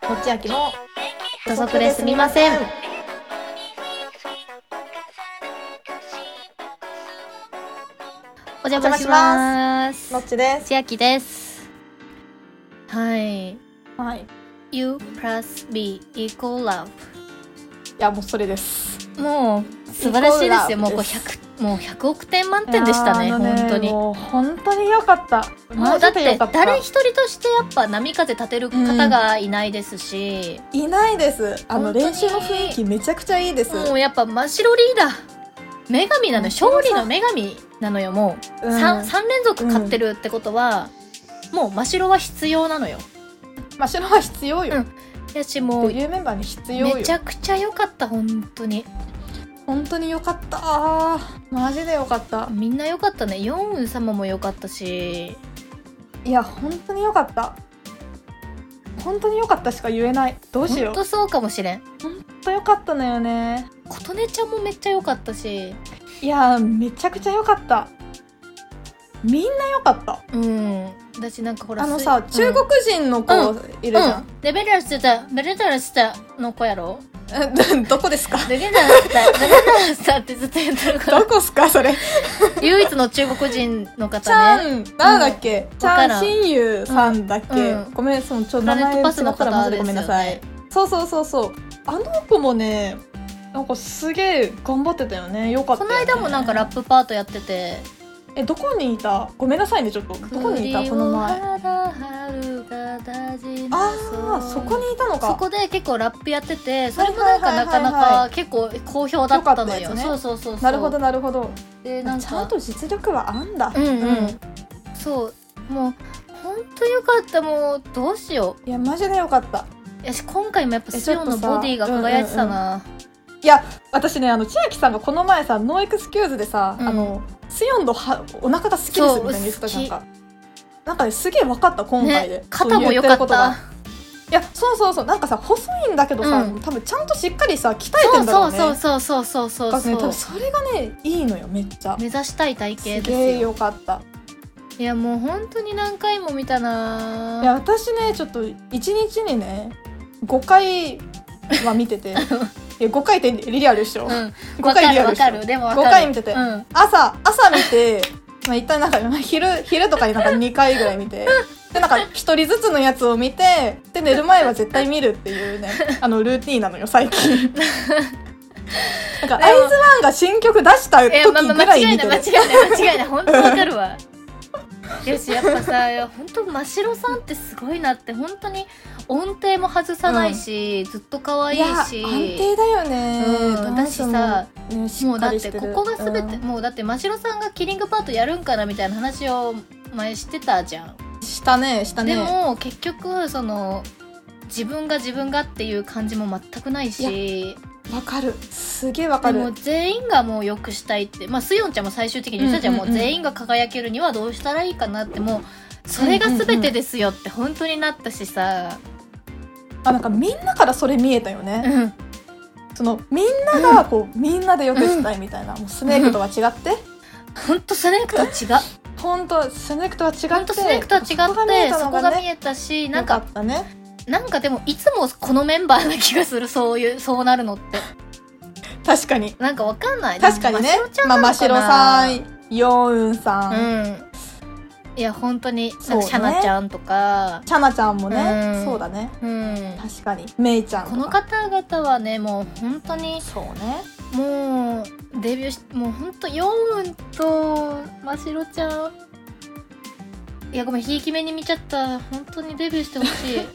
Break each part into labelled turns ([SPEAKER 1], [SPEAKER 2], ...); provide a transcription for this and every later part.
[SPEAKER 1] とちあきの
[SPEAKER 2] 土足ですみませんお邪魔します
[SPEAKER 1] のっちです
[SPEAKER 2] 千秋ですはい
[SPEAKER 1] はいい
[SPEAKER 2] U plus B equal love
[SPEAKER 1] やもうそれです
[SPEAKER 2] もう素晴らしいです
[SPEAKER 1] Equal love
[SPEAKER 2] よもうこれ
[SPEAKER 1] です
[SPEAKER 2] 100もう100億点満点でしたね
[SPEAKER 1] いやーあの
[SPEAKER 2] 本当に
[SPEAKER 1] もう本当に良かった
[SPEAKER 2] もうだって誰
[SPEAKER 1] 誰
[SPEAKER 2] 一人としてやっぱ波風立てる方がいないですし、
[SPEAKER 1] いないですあの
[SPEAKER 2] 本当に
[SPEAKER 1] 練習の雰囲気めちゃくちゃいいです
[SPEAKER 2] もうやっぱ真っ白リーダー女神なのよ勝利の女神なのよもう、三
[SPEAKER 1] うん
[SPEAKER 2] 三 3, 連続勝ってるってことは、もう真白は必要なのよ
[SPEAKER 1] まあ白は必要よ
[SPEAKER 2] やしも
[SPEAKER 1] こ
[SPEAKER 2] う
[SPEAKER 1] ういうメンバーに必要よ
[SPEAKER 2] めちゃくちゃ良かった本当に
[SPEAKER 1] 本当に良かったあーマジで良かった
[SPEAKER 2] みんな良かったねヨンウン様も良かったし
[SPEAKER 1] いや本当に良かった本当に良かったしか言えないどうしよ
[SPEAKER 2] 本
[SPEAKER 1] う
[SPEAKER 2] 当そうかもしれん
[SPEAKER 1] 本当良かったのよね
[SPEAKER 2] 琴音ちゃんもめっちゃ良かったし
[SPEAKER 1] いやーめちゃくちゃ良かったみんな良かった
[SPEAKER 2] うん私なんかほら
[SPEAKER 1] あの
[SPEAKER 2] す
[SPEAKER 1] さ
[SPEAKER 2] うん
[SPEAKER 1] 中国人の子
[SPEAKER 2] うん
[SPEAKER 1] いるじゃ、
[SPEAKER 2] うんん、でベレラスタベレラスタの子やろ
[SPEAKER 1] どこですか
[SPEAKER 2] ベレラス タベレラスタってずっと言ってるから
[SPEAKER 1] どこっすかそれ、
[SPEAKER 2] 唯一の中国人の
[SPEAKER 1] ちゃ
[SPEAKER 2] 方ね。
[SPEAKER 1] んなんだっけ、ち
[SPEAKER 2] わか
[SPEAKER 1] ゃ
[SPEAKER 2] ら
[SPEAKER 1] ん
[SPEAKER 2] ん
[SPEAKER 1] 親友さんだっけ、
[SPEAKER 2] うんうん
[SPEAKER 1] ごめんそのちょっと
[SPEAKER 2] プラ
[SPEAKER 1] 名
[SPEAKER 2] ネ
[SPEAKER 1] 前違
[SPEAKER 2] ット
[SPEAKER 1] っ
[SPEAKER 2] パスの
[SPEAKER 1] た
[SPEAKER 2] 方
[SPEAKER 1] らマジで
[SPEAKER 2] で
[SPEAKER 1] ご
[SPEAKER 2] す
[SPEAKER 1] め
[SPEAKER 2] よ
[SPEAKER 1] んなさい、
[SPEAKER 2] ね。
[SPEAKER 1] そうそうそうそうあの子もねなんかすげえ頑張ってたよねよかっ
[SPEAKER 2] こ
[SPEAKER 1] たよ
[SPEAKER 2] の
[SPEAKER 1] ね、
[SPEAKER 2] 間もなんかラップパートやってて、
[SPEAKER 1] えどこにいたごめんなさいねちょっとどこにいたこの前ああそこにいたのか
[SPEAKER 2] そこで結構ラップやってて、それもなんか
[SPEAKER 1] はいは
[SPEAKER 2] な
[SPEAKER 1] は
[SPEAKER 2] いか
[SPEAKER 1] いはい
[SPEAKER 2] なか結構好評だったの
[SPEAKER 1] 良
[SPEAKER 2] よ。
[SPEAKER 1] かったやつね
[SPEAKER 2] そうそうそうそう。
[SPEAKER 1] なるほど。なるほど
[SPEAKER 2] でなん
[SPEAKER 1] ちゃん
[SPEAKER 2] か
[SPEAKER 1] と実力はあんだ
[SPEAKER 2] うんうん、そうもう本当よかったもうどうしよ
[SPEAKER 1] いやマジでよかった
[SPEAKER 2] う。やし今回もやっぱ
[SPEAKER 1] え
[SPEAKER 2] スヨンの
[SPEAKER 1] ちょっとさ
[SPEAKER 2] ボディが輝いてたな。
[SPEAKER 1] いや私ねあの千秋さんがこの前さノーエクスキューズでさ、
[SPEAKER 2] うん
[SPEAKER 1] あのスヨンのはお腹が好きですみたいなの言ってたじゃんかなんかねすげえ分かった今回で、
[SPEAKER 2] ね肩も良か
[SPEAKER 1] そう言
[SPEAKER 2] って
[SPEAKER 1] ることが
[SPEAKER 2] た。
[SPEAKER 1] いやそうそうそうなんかさ細いんだけどさ、
[SPEAKER 2] うん
[SPEAKER 1] 多分ちゃんとしっかりさ鍛えて
[SPEAKER 2] そ
[SPEAKER 1] ん
[SPEAKER 2] う
[SPEAKER 1] だろ
[SPEAKER 2] そうう
[SPEAKER 1] ね
[SPEAKER 2] そうそうそうそうそう
[SPEAKER 1] だからね多分
[SPEAKER 2] そう。
[SPEAKER 1] それがねいいのよめっちゃ
[SPEAKER 2] 目指したい体型
[SPEAKER 1] す
[SPEAKER 2] です
[SPEAKER 1] げえ
[SPEAKER 2] よ。
[SPEAKER 1] よかった
[SPEAKER 2] いやもう本当に何回も見たない
[SPEAKER 1] や私ねちょっと1日にね5回は見 てていや5回ってリアルでしょ、
[SPEAKER 2] うん、
[SPEAKER 1] 5
[SPEAKER 2] わか
[SPEAKER 1] 回リア
[SPEAKER 2] る
[SPEAKER 1] ル
[SPEAKER 2] わ
[SPEAKER 1] でしょ
[SPEAKER 2] かるでもわかる
[SPEAKER 1] 5回見てて
[SPEAKER 2] うん、
[SPEAKER 1] 朝朝見て まあ一旦なんかまあ昼昼とかになんか2回ぐらい見 てでなんか1人ずつのやつを見てで寝る前は絶対見るっていう ねあのルーティンなのよ最近なんかアイズワンが新曲出した
[SPEAKER 2] いやまあ
[SPEAKER 1] 時
[SPEAKER 2] まあ
[SPEAKER 1] ぐらい
[SPEAKER 2] 間違い
[SPEAKER 1] 見
[SPEAKER 2] な
[SPEAKER 1] て
[SPEAKER 2] い
[SPEAKER 1] る
[SPEAKER 2] 間違いない間違いない本当わかるわ よしやっぱさいや本当真白さんってすごいなって本当に音程も外さないし、ずっと可愛い
[SPEAKER 1] や安
[SPEAKER 2] し
[SPEAKER 1] 定だよね、
[SPEAKER 2] うん
[SPEAKER 1] ダンスも
[SPEAKER 2] だ
[SPEAKER 1] ねし
[SPEAKER 2] もう
[SPEAKER 1] っか
[SPEAKER 2] だっ
[SPEAKER 1] りしてる
[SPEAKER 2] ここが全て、もうだって真白さんがキリングパートやるんかなみたいな話を前してたじゃん
[SPEAKER 1] うんしたねしたね
[SPEAKER 2] でも結局その自分が自分がっていう感じも全くないし
[SPEAKER 1] わかるすげえわか
[SPEAKER 2] でも
[SPEAKER 1] る
[SPEAKER 2] 全員がもう良くしたいってまあスヨンちゃんも最終的に言ってたじゃん,、
[SPEAKER 1] うんうんうん
[SPEAKER 2] もう全員が輝けるにはどうしたらいいかなってもうそれが全てですよって本当になったしさ、
[SPEAKER 1] あなんかみんなからそれ見えたよね、
[SPEAKER 2] うん、
[SPEAKER 1] そのみんながこう、みんなでよくしたいみたいな、もうスネークとは違って、
[SPEAKER 2] 本当スネークとは違う
[SPEAKER 1] 本当スネークとは違って
[SPEAKER 2] 本当スネークとは違ってそこ,、
[SPEAKER 1] そこ
[SPEAKER 2] が
[SPEAKER 1] が
[SPEAKER 2] 見
[SPEAKER 1] 見え
[SPEAKER 2] えたしな
[SPEAKER 1] たの
[SPEAKER 2] ん
[SPEAKER 1] がねよ
[SPEAKER 2] か
[SPEAKER 1] かったね
[SPEAKER 2] なんかでもいつもこのメンバーな気がするそういうそうなるのって
[SPEAKER 1] 確かに
[SPEAKER 2] なんかわかんない
[SPEAKER 1] 確かにね
[SPEAKER 2] でも真白ちゃん
[SPEAKER 1] ま
[SPEAKER 2] な
[SPEAKER 1] あ
[SPEAKER 2] のかな
[SPEAKER 1] 真白さんヨウンさん、
[SPEAKER 2] うんいや本当に
[SPEAKER 1] そ
[SPEAKER 2] な
[SPEAKER 1] うんね
[SPEAKER 2] かシャナちゃんとか
[SPEAKER 1] チャナちゃんもね、
[SPEAKER 2] うん
[SPEAKER 1] そうだね
[SPEAKER 2] う,、
[SPEAKER 1] 確かにメイちゃん
[SPEAKER 2] ん
[SPEAKER 1] と
[SPEAKER 2] こ
[SPEAKER 1] か
[SPEAKER 2] の方々はねもう本当に
[SPEAKER 1] そうね
[SPEAKER 2] もうデビューしもう本当ヨウンとましろちゃんいやごめんひいき目に見ちゃった本当にデビューして ほしい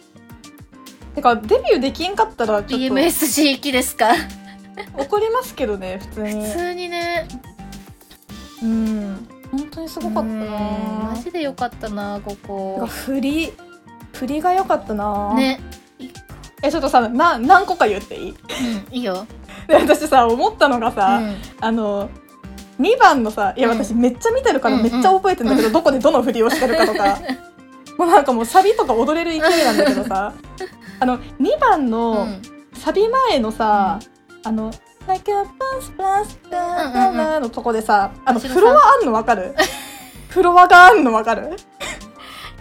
[SPEAKER 1] てかデビューできんかったらちょっ
[SPEAKER 2] BMS ひいきですか
[SPEAKER 1] と怒りますけどね普通に
[SPEAKER 2] 普通にね
[SPEAKER 1] うん本当にすごかった
[SPEAKER 2] うん
[SPEAKER 1] な
[SPEAKER 2] マジでよかったなこ
[SPEAKER 1] てか
[SPEAKER 2] こ
[SPEAKER 1] 振り振りが良かったな、
[SPEAKER 2] ね、
[SPEAKER 1] えちょっとさな何個か言っていい
[SPEAKER 2] うん、いいよ、
[SPEAKER 1] で私さ思ったのが
[SPEAKER 2] う
[SPEAKER 1] さ、
[SPEAKER 2] ん、
[SPEAKER 1] あの2番のさいや
[SPEAKER 2] うん
[SPEAKER 1] 私めっちゃ見てるから
[SPEAKER 2] うん
[SPEAKER 1] め
[SPEAKER 2] うん
[SPEAKER 1] っちゃ覚えてんだけど、どこでどの振りをしてるかと かもうなんかもうサビとか踊れる勢いなんだけどさあの2番
[SPEAKER 2] う
[SPEAKER 1] の
[SPEAKER 2] ん
[SPEAKER 1] サビ前のさ、あの「Like a bus bus
[SPEAKER 2] うんうん
[SPEAKER 1] bus」のとこでさあの
[SPEAKER 2] 後ろさ
[SPEAKER 1] フロアあんのわかるフロアがあんのわかる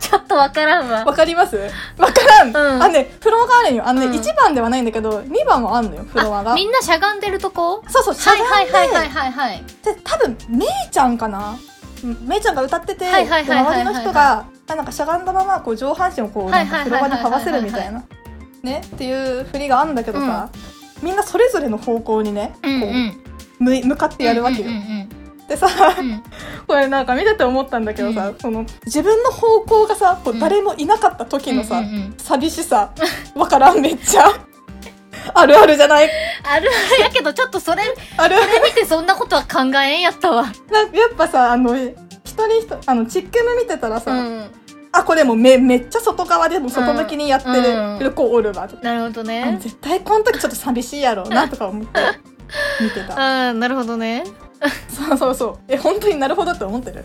[SPEAKER 2] ちょっとわからんわ
[SPEAKER 1] わかりますわからん、
[SPEAKER 2] うん
[SPEAKER 1] あんねフロアがあるんよあんね、
[SPEAKER 2] うん
[SPEAKER 1] 1番ではないんだけど2番はあんのよフロア
[SPEAKER 2] あ
[SPEAKER 1] が
[SPEAKER 2] みんなしゃがんでるとこ
[SPEAKER 1] そうそうしゃ
[SPEAKER 2] はい
[SPEAKER 1] が
[SPEAKER 2] は
[SPEAKER 1] ん
[SPEAKER 2] い
[SPEAKER 1] で、
[SPEAKER 2] はいはいはいはい
[SPEAKER 1] で多分めいちゃんかなうんめいちゃんが歌ってて、
[SPEAKER 2] はいはい
[SPEAKER 1] で
[SPEAKER 2] はいはい
[SPEAKER 1] 周りの人があなんかしゃがんだままこう上半身をこう
[SPEAKER 2] は
[SPEAKER 1] ないんか
[SPEAKER 2] はい
[SPEAKER 1] フ
[SPEAKER 2] はい
[SPEAKER 1] ロ
[SPEAKER 2] は
[SPEAKER 1] アに
[SPEAKER 2] いはい
[SPEAKER 1] かわせるみたいなねっていう振りがあるんだけどさ、みんなそれぞれの方向にね、
[SPEAKER 2] うんう
[SPEAKER 1] こうん向い向かってやるわけよ。
[SPEAKER 2] うんうん
[SPEAKER 1] でさ
[SPEAKER 2] うんうん
[SPEAKER 1] これなんか見てて思ったんだけどさ、
[SPEAKER 2] う
[SPEAKER 1] その自分の方向がさこ
[SPEAKER 2] う
[SPEAKER 1] うん誰もいなかった時のさ、
[SPEAKER 2] うんうんうん
[SPEAKER 1] 寂しさわからんめっちゃあるあるじゃない
[SPEAKER 2] あるあるやけどちょっとそれ
[SPEAKER 1] あるある
[SPEAKER 2] 見てそんなことは考えんやったわ
[SPEAKER 1] なんかやっぱさあの一人一人あのチッケム見てたらさ、
[SPEAKER 2] うん
[SPEAKER 1] あこれもうめめっちゃ外側でも外向きにやって
[SPEAKER 2] うん
[SPEAKER 1] る子おるわとか、
[SPEAKER 2] なるほど
[SPEAKER 1] あ
[SPEAKER 2] ね
[SPEAKER 1] 絶対この時ちょっと寂しいやろうなとか思って見てた
[SPEAKER 2] あんなるほどね
[SPEAKER 1] そうそうそうえ本当になるほどって思ってる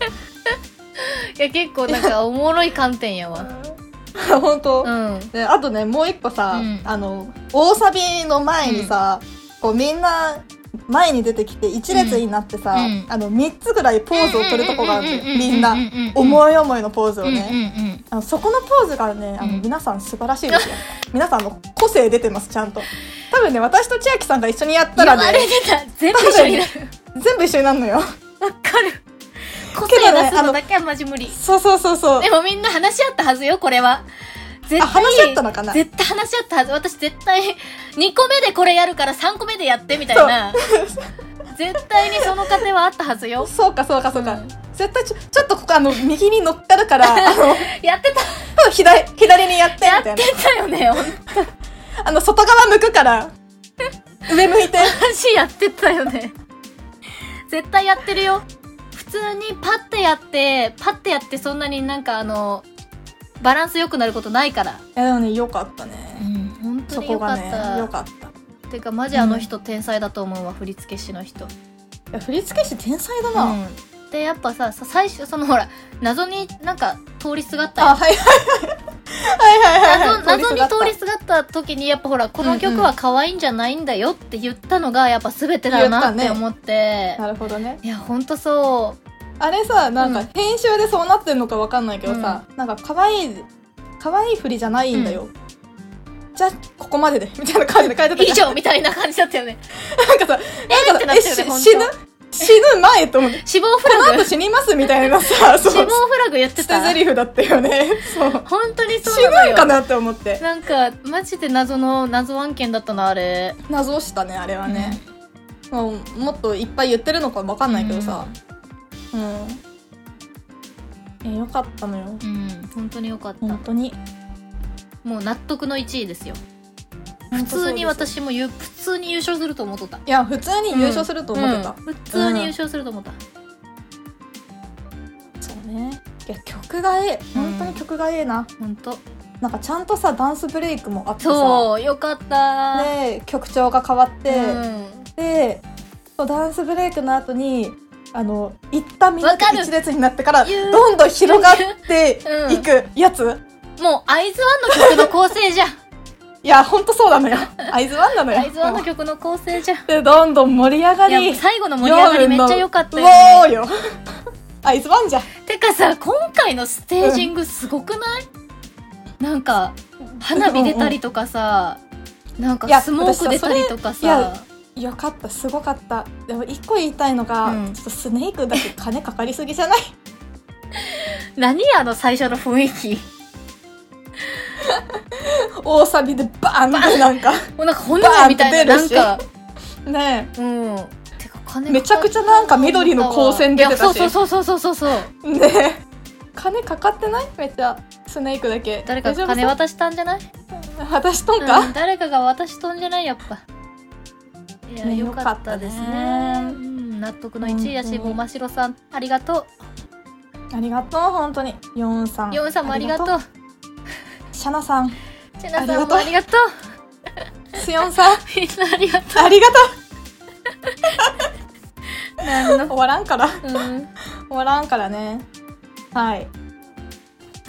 [SPEAKER 2] いや結構なんかおもろい観点やわ
[SPEAKER 1] 本当、
[SPEAKER 2] うん
[SPEAKER 1] であとねもう一個さ、
[SPEAKER 2] うん
[SPEAKER 1] あの大サビの前にさ、こうみんな前に出てきて一列になってさ、
[SPEAKER 2] うん
[SPEAKER 1] あの3つぐらいポーズを取るとこがあるんだよみんな
[SPEAKER 2] い
[SPEAKER 1] 思い思いのポーズを
[SPEAKER 2] よ
[SPEAKER 1] ね、
[SPEAKER 2] ね
[SPEAKER 1] あのそこのポーズがねあの
[SPEAKER 2] うん
[SPEAKER 1] 皆さん素晴らしいですよ 皆さんの個性出てますちゃんと多分ね私と千秋さんが一緒にやった
[SPEAKER 2] 言
[SPEAKER 1] ら
[SPEAKER 2] われ
[SPEAKER 1] ね
[SPEAKER 2] てた全部一緒になる
[SPEAKER 1] 全部一緒になるのよ
[SPEAKER 2] わかる個性出すのだけはマジ無理
[SPEAKER 1] そうそうそうそう
[SPEAKER 2] でもみんな話し合ったはずよこれは絶対
[SPEAKER 1] あ話し合ったのかな
[SPEAKER 2] 絶対話し合ったはず私絶対2個目でこれやるから3個目でやってみたいな絶対にその過程はあったは ずよ
[SPEAKER 1] そうかそうかそうか、
[SPEAKER 2] うん
[SPEAKER 1] 絶対ちょちょっとここあの右に乗っかる からあの
[SPEAKER 2] やって
[SPEAKER 1] 左左にやってみ
[SPEAKER 2] たや
[SPEAKER 1] た
[SPEAKER 2] っ
[SPEAKER 1] い
[SPEAKER 2] て
[SPEAKER 1] な
[SPEAKER 2] たよねほんと
[SPEAKER 1] あの外側向く から上向いて
[SPEAKER 2] 話やってたよね絶対やってるよ普通にパッてやってパッてやってそんなになんかあのバランス良くなることないから
[SPEAKER 1] いやでもねよかったね
[SPEAKER 2] ん本当
[SPEAKER 1] そ
[SPEAKER 2] に
[SPEAKER 1] こ
[SPEAKER 2] よか
[SPEAKER 1] が
[SPEAKER 2] っ
[SPEAKER 1] ね
[SPEAKER 2] た
[SPEAKER 1] よかったい
[SPEAKER 2] てかマジあの人天才だと思うわ、振付師の人
[SPEAKER 1] や振付師天才だな、
[SPEAKER 2] うん、でやっぱささ最初そのほら謎になんか通りすがったや
[SPEAKER 1] あ
[SPEAKER 2] ん
[SPEAKER 1] はいはいはいはいはいは
[SPEAKER 2] 謎
[SPEAKER 1] い
[SPEAKER 2] 謎に 通り
[SPEAKER 1] す
[SPEAKER 2] すがった時にやっぱほらこの曲は可愛いんじゃないんだよって言ったのがやっぱ全てだなって思って、
[SPEAKER 1] なるほどね
[SPEAKER 2] いやほんとそ
[SPEAKER 1] あれさなん
[SPEAKER 2] う
[SPEAKER 1] か
[SPEAKER 2] ん
[SPEAKER 1] 編集でそうなってんのかわかんないけどさ、なんか可愛い可愛い振りじゃないんだよ、じゃあここまでで みたいな感じで書いてた
[SPEAKER 2] う以
[SPEAKER 1] じゃん
[SPEAKER 2] 上みたいな感じだったよね
[SPEAKER 1] なんかさなんかさ
[SPEAKER 2] ってなっ
[SPEAKER 1] え
[SPEAKER 2] てるね
[SPEAKER 1] し
[SPEAKER 2] ほんと
[SPEAKER 1] 死ぬ死ぬ前と思 って
[SPEAKER 2] 死亡フ
[SPEAKER 1] こ
[SPEAKER 2] ラ
[SPEAKER 1] の
[SPEAKER 2] グ
[SPEAKER 1] 後死にますみたいなさそ
[SPEAKER 2] 死
[SPEAKER 1] う
[SPEAKER 2] 亡フラグ言って
[SPEAKER 1] 捨て
[SPEAKER 2] た
[SPEAKER 1] 台詞だったよねそう
[SPEAKER 2] 本当に
[SPEAKER 1] 死
[SPEAKER 2] そうなの
[SPEAKER 1] ぬんか
[SPEAKER 2] よ
[SPEAKER 1] なって思って
[SPEAKER 2] なんかマジで謎の謎案件だったなあれ
[SPEAKER 1] 謎をしたねあれはね、もうもっといっぱい言ってるのかわかんないけどさうん、えよかったのよ
[SPEAKER 2] うん本当によかった、
[SPEAKER 1] 本当に
[SPEAKER 2] もう納得の1位ですよ
[SPEAKER 1] 普
[SPEAKER 2] 普通に私も言う普通に優勝すると思っとった
[SPEAKER 1] いや普通に優勝すると思ってた、
[SPEAKER 2] うん普通に優勝すると思った、
[SPEAKER 1] そうねいや曲がええ本当に曲がええな、
[SPEAKER 2] ほんと
[SPEAKER 1] なんかちゃんとさダンスブレイクもあってさ
[SPEAKER 2] そうよかった
[SPEAKER 1] で曲調が変わって、
[SPEAKER 2] うん
[SPEAKER 1] でそうダンスブレイクの後にあの一旦みんな
[SPEAKER 2] わかる
[SPEAKER 1] で一列になってから
[SPEAKER 2] 言う
[SPEAKER 1] どんどん広がっていくやつ、
[SPEAKER 2] もう会津湾の曲の構成 じゃん
[SPEAKER 1] いやほんとそうなのよ会津ワンなのよ
[SPEAKER 2] 会津湾の曲の構成じゃん
[SPEAKER 1] でどんどん盛り上が
[SPEAKER 2] いや
[SPEAKER 1] り
[SPEAKER 2] 最後の盛り上がりめっちゃ良かったよ、
[SPEAKER 1] よ、
[SPEAKER 2] ね、
[SPEAKER 1] ね、うおーよ会津ワンじゃん
[SPEAKER 2] てかさ今回のステージングすごくない、なんか花火出たりとかさ、なん
[SPEAKER 1] いや
[SPEAKER 2] かスモーク出たりとか
[SPEAKER 1] いや
[SPEAKER 2] さ
[SPEAKER 1] よかったすごかったでも一個言いたいのが、
[SPEAKER 2] うん
[SPEAKER 1] ちょっとスネークだけ金かかりすぎじゃない
[SPEAKER 2] 何あの最初の雰囲気
[SPEAKER 1] 大サビでバーンって なんか
[SPEAKER 2] もうなんか炎みたいな
[SPEAKER 1] バー
[SPEAKER 2] な
[SPEAKER 1] ン
[SPEAKER 2] ん
[SPEAKER 1] って出るし
[SPEAKER 2] か
[SPEAKER 1] ね
[SPEAKER 2] うんてか金
[SPEAKER 1] めちゃくちゃなんか緑の光線出てたし
[SPEAKER 2] いやそうそうそうそうそうそう
[SPEAKER 1] えねえ金かかってないめっちゃスネークだけ
[SPEAKER 2] 誰か
[SPEAKER 1] 大丈夫
[SPEAKER 2] 金渡したんじゃない、
[SPEAKER 1] そう私とんか、
[SPEAKER 2] うん誰かが渡しとんじゃないやっぱいや、
[SPEAKER 1] ね
[SPEAKER 2] よかったです
[SPEAKER 1] よか
[SPEAKER 2] ね
[SPEAKER 1] ったね
[SPEAKER 2] うん、納得の1位や
[SPEAKER 1] 本
[SPEAKER 2] し
[SPEAKER 1] 当に
[SPEAKER 2] もう真白さんありがと
[SPEAKER 1] ありがとう本当にヨンさん
[SPEAKER 2] うヨンさんもありがとう
[SPEAKER 1] シャナさん
[SPEAKER 2] チェナさんもあ
[SPEAKER 1] あ
[SPEAKER 2] り
[SPEAKER 1] り
[SPEAKER 2] がとう
[SPEAKER 1] スヨンさ ん
[SPEAKER 2] みんなありがと
[SPEAKER 1] ありがと
[SPEAKER 2] う なん
[SPEAKER 1] う
[SPEAKER 2] の
[SPEAKER 1] 終わらんから
[SPEAKER 2] うん
[SPEAKER 1] 終わらんからねはい、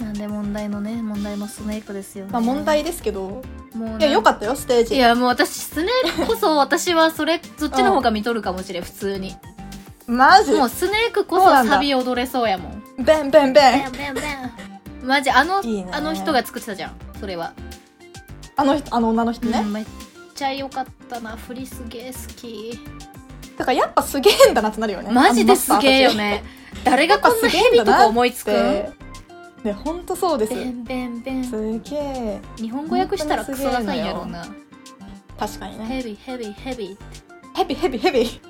[SPEAKER 2] なんで問題のね問題もスネークですよね
[SPEAKER 1] まあ、問題ですけど、
[SPEAKER 2] もう
[SPEAKER 1] いやよ
[SPEAKER 2] っ
[SPEAKER 1] かったよステージ
[SPEAKER 2] いやもう私スネークこそ私はそれそっちの方が見とるかもしれん普通に
[SPEAKER 1] マジ
[SPEAKER 2] もうスネークこ
[SPEAKER 1] そうな
[SPEAKER 2] そ
[SPEAKER 1] んだ
[SPEAKER 2] サビ踊れそうやもん
[SPEAKER 1] ベンベンベン
[SPEAKER 2] ベンベンベンマジあの
[SPEAKER 1] いいね
[SPEAKER 2] あの人が作ってたじゃんそれは、
[SPEAKER 1] あの人あの女の人ね、
[SPEAKER 2] うんめっちゃ良かったな振りすげえ好き
[SPEAKER 1] だからやっぱすげえんだなってなるよね
[SPEAKER 2] マジですげえよね誰がこんなヘビとか思いつく
[SPEAKER 1] でね本当そうです
[SPEAKER 2] ベンベンベン
[SPEAKER 1] すげえ
[SPEAKER 2] 日本語訳したらクソダサいんやろうな
[SPEAKER 1] 確かにね
[SPEAKER 2] ヘビヘビヘビって
[SPEAKER 1] ヘビヘビヘビ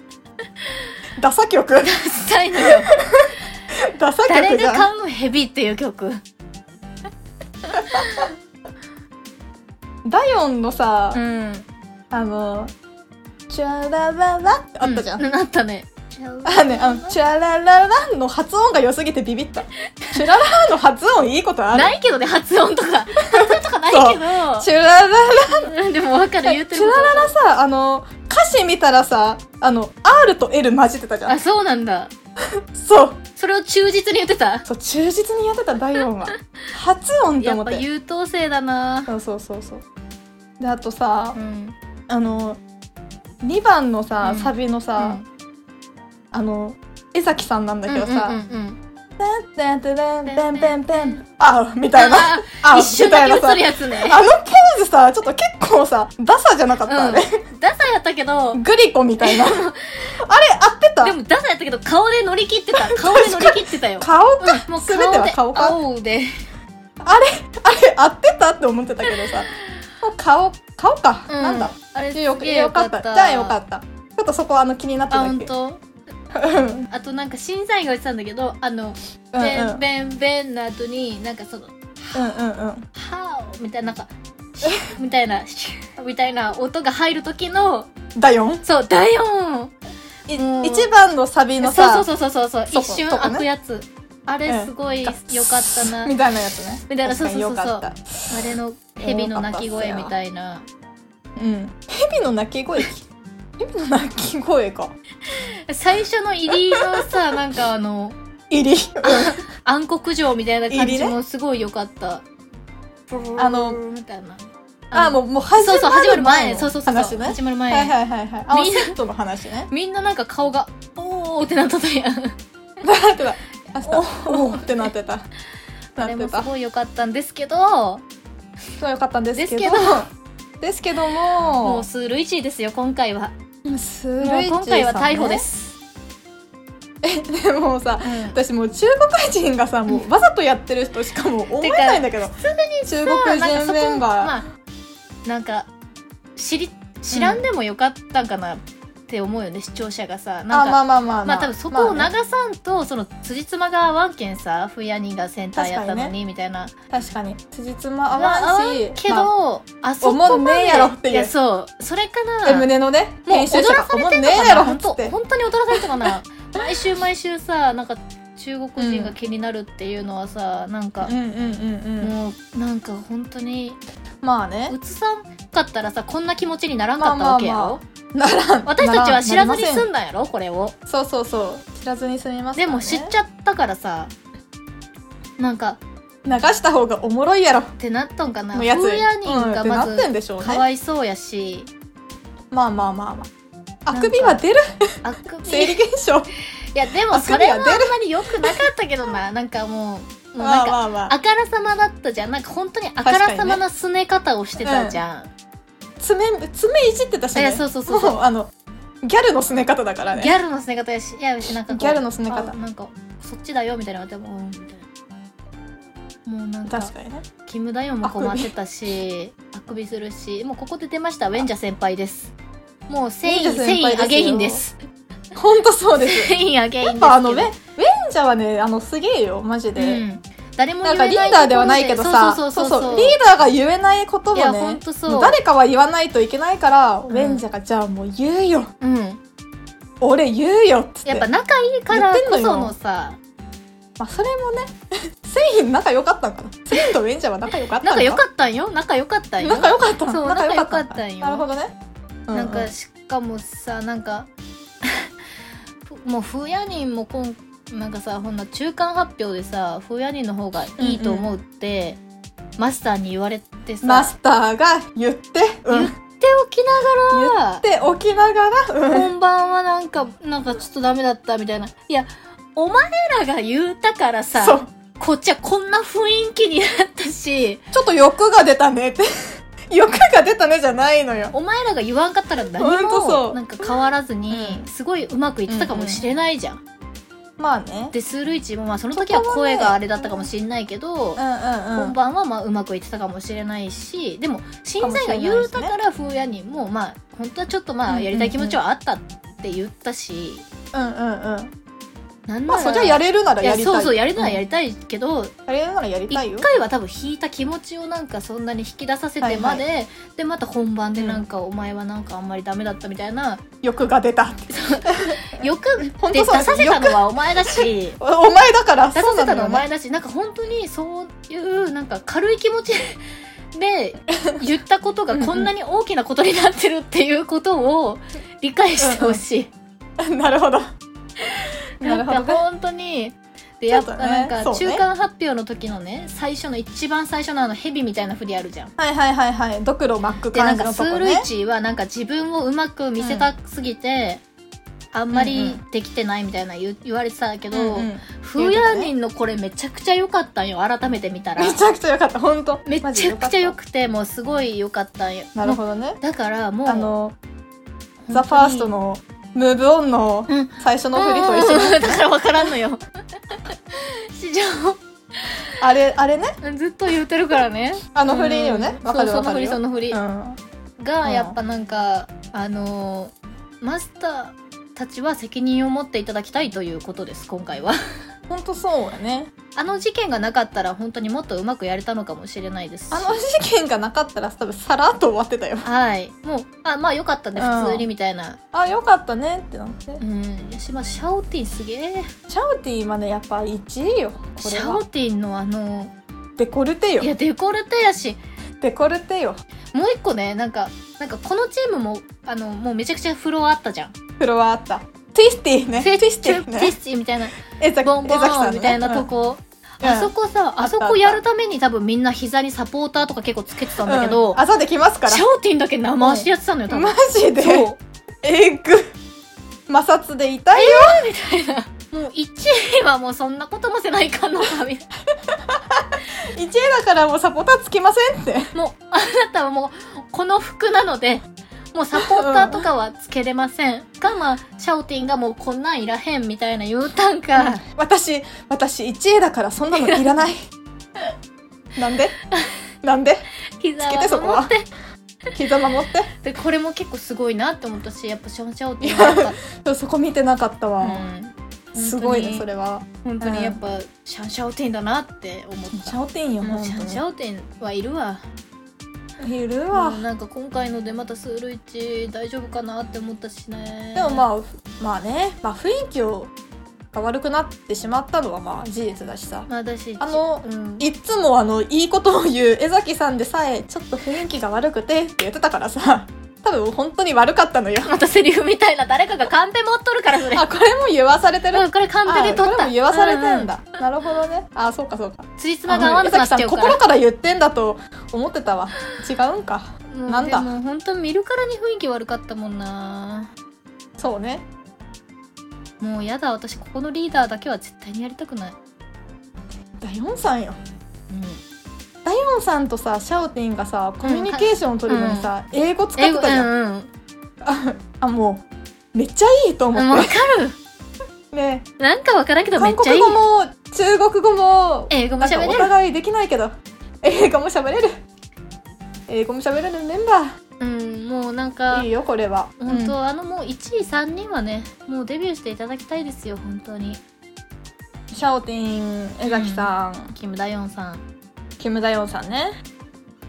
[SPEAKER 1] ダサ 曲
[SPEAKER 2] したい のよ
[SPEAKER 1] ダサ曲
[SPEAKER 2] 誰
[SPEAKER 1] じゃ
[SPEAKER 2] が
[SPEAKER 1] ん
[SPEAKER 2] 買うのヘビっていう曲
[SPEAKER 1] ダヨンのさ、
[SPEAKER 2] うん
[SPEAKER 1] あのチャラララってあったじゃん、
[SPEAKER 2] うなったね
[SPEAKER 1] あね、あの、チャララランの発音が良すぎてビビった。チュララランの発音いいことある
[SPEAKER 2] ないけどね発音とか発音とかない
[SPEAKER 1] チュラララ
[SPEAKER 2] けどうん でも分かる言って
[SPEAKER 1] チ
[SPEAKER 2] る
[SPEAKER 1] ュ
[SPEAKER 2] こ
[SPEAKER 1] ラララさ、あの、歌詞見たらさ、あの、R と L 混じってたじ
[SPEAKER 2] と
[SPEAKER 1] ゃ
[SPEAKER 2] あ
[SPEAKER 1] ん。
[SPEAKER 2] そうなんだ
[SPEAKER 1] そう。
[SPEAKER 2] それを忠実に言ってた
[SPEAKER 1] そう、忠実にやってた、ダイオン は。発音と
[SPEAKER 2] や
[SPEAKER 1] 思
[SPEAKER 2] っ
[SPEAKER 1] っ
[SPEAKER 2] ぱ
[SPEAKER 1] て。
[SPEAKER 2] 優等生だな
[SPEAKER 1] そうそうそうそう。で、あとさ
[SPEAKER 2] う、ん
[SPEAKER 1] あの、2番のさ、
[SPEAKER 2] うん
[SPEAKER 1] サビのさ、あの、江崎さんなんだけど
[SPEAKER 2] うんう
[SPEAKER 1] さ、
[SPEAKER 2] んうんうん
[SPEAKER 1] ダンダンダンダンダンダン、あうみたいな。
[SPEAKER 2] あ
[SPEAKER 1] あ
[SPEAKER 2] あ
[SPEAKER 1] う
[SPEAKER 2] 一瞬
[SPEAKER 1] みた
[SPEAKER 2] だ
[SPEAKER 1] いな
[SPEAKER 2] け
[SPEAKER 1] さ
[SPEAKER 2] 映る。やつね
[SPEAKER 1] あのポーズさ、ちょっと結構さ、ダサじゃなかった、あれ。
[SPEAKER 2] うんダサやったけど
[SPEAKER 1] グリコみたい な。あれ、合ってた
[SPEAKER 2] でもダサやったけど顔で乗り切ってた顔で乗り切ってたよ
[SPEAKER 1] 顔か、
[SPEAKER 2] うんもう
[SPEAKER 1] 全ては顔か
[SPEAKER 2] 顔で
[SPEAKER 1] あれ、あれ、合ってたって思ってたけどさ。もう顔、顔か。
[SPEAKER 2] 青で
[SPEAKER 1] なんだ
[SPEAKER 2] う。あれすげえ
[SPEAKER 1] よよかった。じゃあよかった。ちょっとそこあの気になって
[SPEAKER 2] あ
[SPEAKER 1] ただ
[SPEAKER 2] 本
[SPEAKER 1] け。
[SPEAKER 2] 当
[SPEAKER 1] うんうん
[SPEAKER 2] あとなんか審査員が言ってたんだけどあの「
[SPEAKER 1] うん
[SPEAKER 2] ベンベンベン」の後になんかその「
[SPEAKER 1] うんうんうん。
[SPEAKER 2] ハオ」みたいななんか 「みたいな「シュみたいな音が入る時の
[SPEAKER 1] だよん
[SPEAKER 2] そう「だよん
[SPEAKER 1] い
[SPEAKER 2] うん
[SPEAKER 1] 一番のサビの
[SPEAKER 2] そう
[SPEAKER 1] さ、
[SPEAKER 2] そうそうそうそ
[SPEAKER 1] そ
[SPEAKER 2] う一
[SPEAKER 1] こ
[SPEAKER 2] 瞬
[SPEAKER 1] とこ
[SPEAKER 2] 開
[SPEAKER 1] ね
[SPEAKER 2] くやつあれすご
[SPEAKER 1] ん
[SPEAKER 2] いよかったな
[SPEAKER 1] みたいなやつね。
[SPEAKER 2] みたいな
[SPEAKER 1] 確かに
[SPEAKER 2] そうそうそうそう
[SPEAKER 1] よかった
[SPEAKER 2] あれの蛇の鳴き声みたいな
[SPEAKER 1] うん。蛇の鳴き声。蛇の鳴き声か。
[SPEAKER 2] 最初の入りのさなんかあの
[SPEAKER 1] 入り。
[SPEAKER 2] 暗黒城みたいな感
[SPEAKER 1] 入
[SPEAKER 2] じ
[SPEAKER 1] りね
[SPEAKER 2] もすごい良かった、
[SPEAKER 1] あの
[SPEAKER 2] みたいな
[SPEAKER 1] あ、も
[SPEAKER 2] う
[SPEAKER 1] う、もう始
[SPEAKER 2] そうそう始ま
[SPEAKER 1] ま
[SPEAKER 2] る
[SPEAKER 1] る
[SPEAKER 2] 前
[SPEAKER 1] 前の
[SPEAKER 2] そうそうそう
[SPEAKER 1] 話ね。
[SPEAKER 2] 始まる前、
[SPEAKER 1] はいはいはいはい。あ、
[SPEAKER 2] みんな
[SPEAKER 1] セットの話ね。
[SPEAKER 2] みんななんか顔がおーってなっとったやん
[SPEAKER 1] だってた。あしたおおってなってた。
[SPEAKER 2] あ
[SPEAKER 1] な
[SPEAKER 2] れ
[SPEAKER 1] っ
[SPEAKER 2] も
[SPEAKER 1] て
[SPEAKER 2] す
[SPEAKER 1] た。
[SPEAKER 2] ごい良かったんですけど
[SPEAKER 1] そうよかったんです
[SPEAKER 2] です
[SPEAKER 1] け
[SPEAKER 2] け
[SPEAKER 1] ど
[SPEAKER 2] ど。
[SPEAKER 1] ですけど
[SPEAKER 2] も
[SPEAKER 1] も
[SPEAKER 2] う、スルイチーですよ今回は
[SPEAKER 1] スルイチ
[SPEAKER 2] もう
[SPEAKER 1] ー
[SPEAKER 2] 今回は
[SPEAKER 1] さんね
[SPEAKER 2] 逮捕で。す、
[SPEAKER 1] でもさ、
[SPEAKER 2] うん
[SPEAKER 1] 私もう中国人がさ、もうわざとやってる人しかもう思えないんだけど。中国
[SPEAKER 2] まあなんか
[SPEAKER 1] 人
[SPEAKER 2] そこ
[SPEAKER 1] メンバー。
[SPEAKER 2] まあなんか知り知らんでもよかったんかなって思うよね、視聴者がさなんか
[SPEAKER 1] あ、まあまあまあ。
[SPEAKER 2] まあ多分そこを流
[SPEAKER 1] まあね
[SPEAKER 2] さんとその辻褄が合わんけんさふやにがセンターやったの
[SPEAKER 1] 確かに
[SPEAKER 2] にみたいな
[SPEAKER 1] 確かに。辻褄合わんし。
[SPEAKER 2] け
[SPEAKER 1] ま
[SPEAKER 2] どあそこ
[SPEAKER 1] 思
[SPEAKER 2] ま
[SPEAKER 1] う
[SPEAKER 2] で
[SPEAKER 1] ねえやろっていう
[SPEAKER 2] やそうそれか
[SPEAKER 1] あ、
[SPEAKER 2] な
[SPEAKER 1] で胸のね、
[SPEAKER 2] も
[SPEAKER 1] 編
[SPEAKER 2] う踊
[SPEAKER 1] 集者
[SPEAKER 2] ら
[SPEAKER 1] が
[SPEAKER 2] され
[SPEAKER 1] 思う
[SPEAKER 2] てん
[SPEAKER 1] ね
[SPEAKER 2] の
[SPEAKER 1] え
[SPEAKER 2] か
[SPEAKER 1] や
[SPEAKER 2] な
[SPEAKER 1] ろっ
[SPEAKER 2] 本
[SPEAKER 1] つ
[SPEAKER 2] 当
[SPEAKER 1] って。
[SPEAKER 2] 本当に踊らされてんのかな 毎週毎週さなんか中国人が気になるっていうのはさなんか
[SPEAKER 1] うんうんうんうん。
[SPEAKER 2] もうなんか本当に
[SPEAKER 1] まあね。
[SPEAKER 2] 映さんかったらさこんな気持ちにならんかったわけやろ、
[SPEAKER 1] まあまならん
[SPEAKER 2] 私たちは知らず
[SPEAKER 1] な
[SPEAKER 2] に
[SPEAKER 1] りません
[SPEAKER 2] 済んだんやろこれを
[SPEAKER 1] そうそうそう知らずに済みます
[SPEAKER 2] でも知っちゃったからさなんか
[SPEAKER 1] 流した方がおもろいやろ
[SPEAKER 2] ってなったんかな
[SPEAKER 1] の
[SPEAKER 2] フ
[SPEAKER 1] やつ
[SPEAKER 2] ーヤニ
[SPEAKER 1] うん
[SPEAKER 2] ン
[SPEAKER 1] っ
[SPEAKER 2] が
[SPEAKER 1] て
[SPEAKER 2] ま
[SPEAKER 1] なってん
[SPEAKER 2] ず
[SPEAKER 1] でしょう
[SPEAKER 2] か
[SPEAKER 1] ね
[SPEAKER 2] わいそうやし、
[SPEAKER 1] まあまあまあまあ
[SPEAKER 2] なんか
[SPEAKER 1] あくびは出る
[SPEAKER 2] あくび
[SPEAKER 1] 生理
[SPEAKER 2] い
[SPEAKER 1] 現 象
[SPEAKER 2] やでも
[SPEAKER 1] あくび
[SPEAKER 2] そ
[SPEAKER 1] は
[SPEAKER 2] れ
[SPEAKER 1] 出る
[SPEAKER 2] はあんまり良くなかったけどななんかもうもう
[SPEAKER 1] ま
[SPEAKER 2] なん
[SPEAKER 1] あ
[SPEAKER 2] か
[SPEAKER 1] まあまあ
[SPEAKER 2] あからさまだったじゃんなんか本当にあからさまなすね方をしてたじゃん、
[SPEAKER 1] 爪爪いじってたし
[SPEAKER 2] いや
[SPEAKER 1] ね
[SPEAKER 2] そうそうそうそう
[SPEAKER 1] もうあのギャルのすね方だからね
[SPEAKER 2] ギャルのすね方やしいやしなんかこう
[SPEAKER 1] ギャルのすね方
[SPEAKER 2] あなんかそっちだよみたいなでもうんみたいなもうなんか
[SPEAKER 1] 確かにね
[SPEAKER 2] キム・ダヨンも困ってたしあくびするしもうここで出ましたウェンジャ先輩ですもう繊
[SPEAKER 1] ウェ
[SPEAKER 2] 維
[SPEAKER 1] ンジャ先輩です
[SPEAKER 2] 繊維
[SPEAKER 1] よ
[SPEAKER 2] アゲイ ンです
[SPEAKER 1] ほんとそう です
[SPEAKER 2] 繊維アゲインで
[SPEAKER 1] や
[SPEAKER 2] す
[SPEAKER 1] っぱあのウェンウェンジャーはねあのすげえよマジで、
[SPEAKER 2] うん、誰も言
[SPEAKER 1] な
[SPEAKER 2] え
[SPEAKER 1] んか
[SPEAKER 2] ない
[SPEAKER 1] リーダーではないけどさ
[SPEAKER 2] そうそうそうそう
[SPEAKER 1] リーダーが言えないことも
[SPEAKER 2] いやほん
[SPEAKER 1] ね
[SPEAKER 2] とそう
[SPEAKER 1] 誰かは言わないといけないから、
[SPEAKER 2] ん
[SPEAKER 1] ウェンジャーがじゃあもう言うよ
[SPEAKER 2] うん、
[SPEAKER 1] 俺言うよっつって
[SPEAKER 2] やっぱ仲いいからこそのさ
[SPEAKER 1] まあそれもね セイン仲良かったんかなセインとウェンジャーは仲良かったん
[SPEAKER 2] 仲良
[SPEAKER 1] か
[SPEAKER 2] かったんよ仲良かったんよ
[SPEAKER 1] 仲良かったん
[SPEAKER 2] そう
[SPEAKER 1] 仲良か
[SPEAKER 2] 仲良かったんよ
[SPEAKER 1] なるほどねうんう
[SPEAKER 2] なんかしかもさなんか もう風ヤ人もこんなんかさほんな中間発表でさ風ヤ人の方がいいと思うって、マスターに言われてさ
[SPEAKER 1] マスターが言って、うん、
[SPEAKER 2] 言
[SPEAKER 1] 言
[SPEAKER 2] っ
[SPEAKER 1] って
[SPEAKER 2] おきながら
[SPEAKER 1] ておきながら、うん、
[SPEAKER 2] 本番はなんかなんかちょっとダメだったみたいないやお前らが言うたからさ
[SPEAKER 1] そう
[SPEAKER 2] こっちはこんな雰囲気になったし
[SPEAKER 1] ちょっと欲が出たねって 欲が出たねじゃないのよ
[SPEAKER 2] お前らが言わんかったら何
[SPEAKER 1] ほんとそ
[SPEAKER 2] も
[SPEAKER 1] う
[SPEAKER 2] なんか変わらずに
[SPEAKER 1] うん
[SPEAKER 2] すごいうまくいってたかもしれないじゃん。
[SPEAKER 1] まあね
[SPEAKER 2] でスールイチもまあその時は声があれだったかもしれないけど、
[SPEAKER 1] うんうんう
[SPEAKER 2] 本
[SPEAKER 1] ん
[SPEAKER 2] 番はまあうまくいってたかもしれないしでも審査員が言うたから風やにもまあ本当はちょっとまあやりたい気持ちはあったって言ったし、
[SPEAKER 1] うんうんうん
[SPEAKER 2] なん
[SPEAKER 1] ま
[SPEAKER 2] な
[SPEAKER 1] あそ
[SPEAKER 2] ら
[SPEAKER 1] りゃやれるなら
[SPEAKER 2] い
[SPEAKER 1] やりたい
[SPEAKER 2] そうそうやりたいや
[SPEAKER 1] り
[SPEAKER 2] りたいけど
[SPEAKER 1] やれるならやりたい
[SPEAKER 2] 一
[SPEAKER 1] よ
[SPEAKER 2] 回は多分引いた気持ちをなんかそんなに引き出させてまで、でまた本番でなんか、お前はなんかあんまりダメだったみたいな
[SPEAKER 1] 欲が出たって
[SPEAKER 2] よく
[SPEAKER 1] 本
[SPEAKER 2] で
[SPEAKER 1] 当
[SPEAKER 2] 出
[SPEAKER 1] そう
[SPEAKER 2] させたのはお前だし
[SPEAKER 1] おお前だから
[SPEAKER 2] 出さ
[SPEAKER 1] そう
[SPEAKER 2] せ
[SPEAKER 1] な
[SPEAKER 2] た
[SPEAKER 1] の
[SPEAKER 2] の
[SPEAKER 1] よ
[SPEAKER 2] はお
[SPEAKER 1] ね
[SPEAKER 2] 前だしなんか本当にそういうなんか軽い気持ちで言ったことがこんなに大きなことになってるっていうことを理解してほし い。
[SPEAKER 1] なるほどな
[SPEAKER 2] な
[SPEAKER 1] る
[SPEAKER 2] ん
[SPEAKER 1] ほ
[SPEAKER 2] か
[SPEAKER 1] どね
[SPEAKER 2] 本当にで
[SPEAKER 1] ちょ
[SPEAKER 2] やっ
[SPEAKER 1] っと
[SPEAKER 2] ぱ
[SPEAKER 1] ね
[SPEAKER 2] なん
[SPEAKER 1] そ
[SPEAKER 2] か
[SPEAKER 1] うね
[SPEAKER 2] 中間発表の時のね最初の一番最初のあのヘビみたいな振りあるじゃん。
[SPEAKER 1] はいはいはいはいドクロマック
[SPEAKER 2] でな
[SPEAKER 1] 感
[SPEAKER 2] ん
[SPEAKER 1] じ
[SPEAKER 2] か
[SPEAKER 1] の
[SPEAKER 2] ス
[SPEAKER 1] と
[SPEAKER 2] ー
[SPEAKER 1] こ
[SPEAKER 2] ルイ
[SPEAKER 1] ね
[SPEAKER 2] チはなんか自分をうまく見せたすぎて、あんまりできてないみたいな言言われてたけど、
[SPEAKER 1] うんうん
[SPEAKER 2] フーヤーニンのこれめちゃくちゃ良かったんよ改めて見たら
[SPEAKER 1] めちゃくちゃ良かった本当
[SPEAKER 2] めちゃくちゃ良
[SPEAKER 1] かっ
[SPEAKER 2] くてもうすごい良かったんよ
[SPEAKER 1] たなる
[SPEAKER 2] も
[SPEAKER 1] ほどね
[SPEAKER 2] うだからもう
[SPEAKER 1] あの「
[SPEAKER 2] 本当
[SPEAKER 1] ザ
[SPEAKER 2] に
[SPEAKER 1] ファーストの「ムーブオンの
[SPEAKER 2] うん
[SPEAKER 1] 最初の振りと一緒に
[SPEAKER 2] うんうんうんだから分からんのよ 市場
[SPEAKER 1] あれあれね
[SPEAKER 2] ずっと言ってるからね
[SPEAKER 1] あの振りよね
[SPEAKER 2] うん
[SPEAKER 1] わかる
[SPEAKER 2] そう
[SPEAKER 1] わ
[SPEAKER 2] その
[SPEAKER 1] か
[SPEAKER 2] 振
[SPEAKER 1] る
[SPEAKER 2] り
[SPEAKER 1] よ
[SPEAKER 2] その振り、
[SPEAKER 1] うん
[SPEAKER 2] が
[SPEAKER 1] うん
[SPEAKER 2] やっぱなんか、あのーマスターたちは責任を持っていただきたいということです今回は
[SPEAKER 1] 本当そうやね
[SPEAKER 2] あの事件がなかったら本当にもっとうまくやれたのかもしれないですし
[SPEAKER 1] あの事件がなかったら多分さらっと終わってたよ
[SPEAKER 2] はいもうあまあよかったね
[SPEAKER 1] うん
[SPEAKER 2] 普通にみたいな
[SPEAKER 1] あよかったねってなって
[SPEAKER 2] うん、よしまあシャオティンすげえ
[SPEAKER 1] シャオティはねやっぱ1位よこ
[SPEAKER 2] シ
[SPEAKER 1] れ
[SPEAKER 2] ャオ
[SPEAKER 1] は
[SPEAKER 2] ティンのあの
[SPEAKER 1] デコルテよ
[SPEAKER 2] いやデコルテやし
[SPEAKER 1] デコルテよ
[SPEAKER 2] もう一個ねなんかなんかこのチームもあのもうめちゃくちゃフロアあったじゃん
[SPEAKER 1] フロアあったティスティね
[SPEAKER 2] フ
[SPEAKER 1] ティスティ
[SPEAKER 2] ティ
[SPEAKER 1] ね
[SPEAKER 2] スティみたいな
[SPEAKER 1] 江崎
[SPEAKER 2] ボンボ
[SPEAKER 1] 江崎さんの
[SPEAKER 2] ーン
[SPEAKER 1] ね
[SPEAKER 2] みたいなとこ、
[SPEAKER 1] うん
[SPEAKER 2] あそこさあそこやるために多分みんな膝にサポーターとか結構つけてたんだけど、
[SPEAKER 1] うん朝できますか
[SPEAKER 2] シャオティンだけ生足やってたのよ多
[SPEAKER 1] ら
[SPEAKER 2] 分、
[SPEAKER 1] マジで
[SPEAKER 2] そう
[SPEAKER 1] えぐ摩擦で痛いよ
[SPEAKER 2] もう1位はもうそんなこともせない かんのかみたい
[SPEAKER 1] 1位だからもうサポーターつきませんって
[SPEAKER 2] なもうあなたはもうこの服なのでもうサポーターとかはつけれません、がまあシャオティンがもうこんなんいらへんみたいな言うたんか、
[SPEAKER 1] 私私1位だからそんなのいら ないなんでなんで
[SPEAKER 2] 膝
[SPEAKER 1] つけてそこ
[SPEAKER 2] を
[SPEAKER 1] は
[SPEAKER 2] 守って
[SPEAKER 1] 膝守って
[SPEAKER 2] でこれも結構すごいなって思ったしやっぱシャオシャオティンなんか、
[SPEAKER 1] そうそこ見てなかったわ、
[SPEAKER 2] うん、
[SPEAKER 1] すごいね
[SPEAKER 2] れ
[SPEAKER 1] それは
[SPEAKER 2] 本当にやっぱ、シャンシャオテンだなって思っ
[SPEAKER 1] シ
[SPEAKER 2] た
[SPEAKER 1] ャオティンよ
[SPEAKER 2] も
[SPEAKER 1] 本
[SPEAKER 2] うシャンシャオテンはいるわ
[SPEAKER 1] 当にいるわ、
[SPEAKER 2] もうなんか今回のでまたスールイチ大丈夫かなって思ったしね
[SPEAKER 1] でもまあまあね、まあ、雰囲気をが悪くなってしまったのはまあ事実だしさ
[SPEAKER 2] まあ私
[SPEAKER 1] あの
[SPEAKER 2] うん、
[SPEAKER 1] いっつもあのいいことを言う江崎さんでさえちょっと雰囲気が悪くてって言ってたからさ多分本当に悪かったのよ
[SPEAKER 2] またセリフみたいな誰かがカンペ持っとるからそれ
[SPEAKER 1] あこれも言わされてる
[SPEAKER 2] うんこれカンペで取
[SPEAKER 1] あこ
[SPEAKER 2] っ
[SPEAKER 1] れ
[SPEAKER 2] た
[SPEAKER 1] も言わされてんだ、なるほどねあそうかそうか
[SPEAKER 2] つじつまが合わなくなっ
[SPEAKER 1] さん
[SPEAKER 2] ちゃうか
[SPEAKER 1] 心
[SPEAKER 2] ら
[SPEAKER 1] から言ってんだと思ってたわ違うんか
[SPEAKER 2] もう
[SPEAKER 1] なんだ
[SPEAKER 2] でも本当見るからに雰囲気悪かったもんな
[SPEAKER 1] そうね
[SPEAKER 2] もうやだ私ここのリーダーだけは絶対にやりたくない、
[SPEAKER 1] ダヨンさんよ
[SPEAKER 2] うん、
[SPEAKER 1] ダヨンさんとさシャオティンがさコミュニケーションを取るのにさ、英語使って
[SPEAKER 2] 英語
[SPEAKER 1] た
[SPEAKER 2] う
[SPEAKER 1] じゃん、
[SPEAKER 2] んうんうん
[SPEAKER 1] あ あもうめっちゃいいと思
[SPEAKER 2] わ
[SPEAKER 1] っ
[SPEAKER 2] かる
[SPEAKER 1] てね
[SPEAKER 2] なんかわからんけどめっ
[SPEAKER 1] 韓
[SPEAKER 2] ちゃい
[SPEAKER 1] 国
[SPEAKER 2] い
[SPEAKER 1] 語も中国語も
[SPEAKER 2] 英語も
[SPEAKER 1] なん
[SPEAKER 2] 喋
[SPEAKER 1] か
[SPEAKER 2] れ
[SPEAKER 1] お
[SPEAKER 2] る
[SPEAKER 1] 互いできないけど英語も喋れる英語も喋れるメンバ
[SPEAKER 2] うん、もうなんか
[SPEAKER 1] ーいいよこれは
[SPEAKER 2] 本当、
[SPEAKER 1] うん
[SPEAKER 2] あのもう1位3人はねもうデビューしていただきたいですよ本当に
[SPEAKER 1] シャオティン江崎さん、
[SPEAKER 2] キム・ダヨンさん
[SPEAKER 1] キム・ダヨンさんね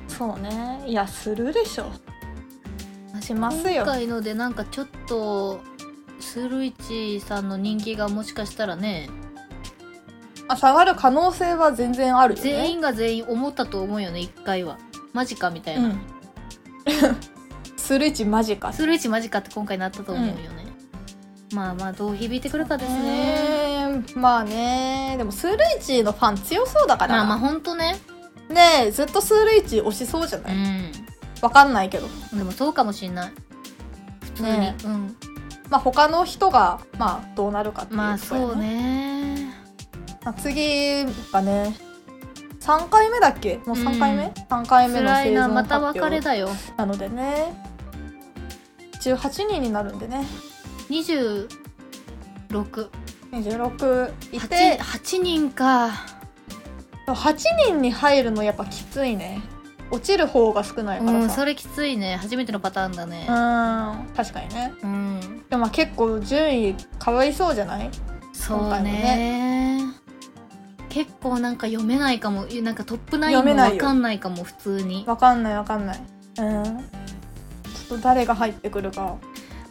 [SPEAKER 1] そうねいやするでしょします
[SPEAKER 2] 今
[SPEAKER 1] よ
[SPEAKER 2] 回のでなんかちょっとスルイチさんの人気がもしかしたらね
[SPEAKER 1] あ下がる可能性は全然あるよね
[SPEAKER 2] 全員が全員思ったと思うよね1回はマジかみたい
[SPEAKER 1] う
[SPEAKER 2] な、
[SPEAKER 1] ん スルイチマジか
[SPEAKER 2] スルイチマジかって今回なったと思うよね、まあまあどう響いてくるかですね
[SPEAKER 1] ねえまあねでもスールイチのファン強そうだから
[SPEAKER 2] まあ
[SPEAKER 1] な、
[SPEAKER 2] まあ本当ね
[SPEAKER 1] ねえずっとスールイチ推しそうじゃ
[SPEAKER 2] う
[SPEAKER 1] ない
[SPEAKER 2] ん
[SPEAKER 1] わかんないけど
[SPEAKER 2] でもそうかもしんない普通に、
[SPEAKER 1] ね
[SPEAKER 2] うん
[SPEAKER 1] まあ他の人がまあどうなるかっていう
[SPEAKER 2] まあ
[SPEAKER 1] ところ
[SPEAKER 2] そう
[SPEAKER 1] やね
[SPEAKER 2] ね
[SPEAKER 1] あ次がね3回目だっけもう3回目、
[SPEAKER 2] うん
[SPEAKER 1] ?3 回目の
[SPEAKER 2] 辛
[SPEAKER 1] 生存
[SPEAKER 2] いな
[SPEAKER 1] 発
[SPEAKER 2] また別れ
[SPEAKER 1] 表
[SPEAKER 2] だよ
[SPEAKER 1] なのでね18人になるんでね
[SPEAKER 2] 268
[SPEAKER 1] 26いて
[SPEAKER 2] 8人か
[SPEAKER 1] 8人に入るのやっぱきついね落ちる方が少ないか
[SPEAKER 2] う
[SPEAKER 1] ら
[SPEAKER 2] ん
[SPEAKER 1] さ
[SPEAKER 2] それきついね初めてのパターンだね
[SPEAKER 1] うん確かにね
[SPEAKER 2] うん、
[SPEAKER 1] でもまあ結構順位かわいそうじゃない
[SPEAKER 2] そう
[SPEAKER 1] 今回
[SPEAKER 2] ね
[SPEAKER 1] も
[SPEAKER 2] 結構なんか読めないかもなんかトップ9
[SPEAKER 1] 読め
[SPEAKER 2] も
[SPEAKER 1] ないよ
[SPEAKER 2] わかんないかも普通に
[SPEAKER 1] わかんないわかんないうんちょっと誰が入ってくるか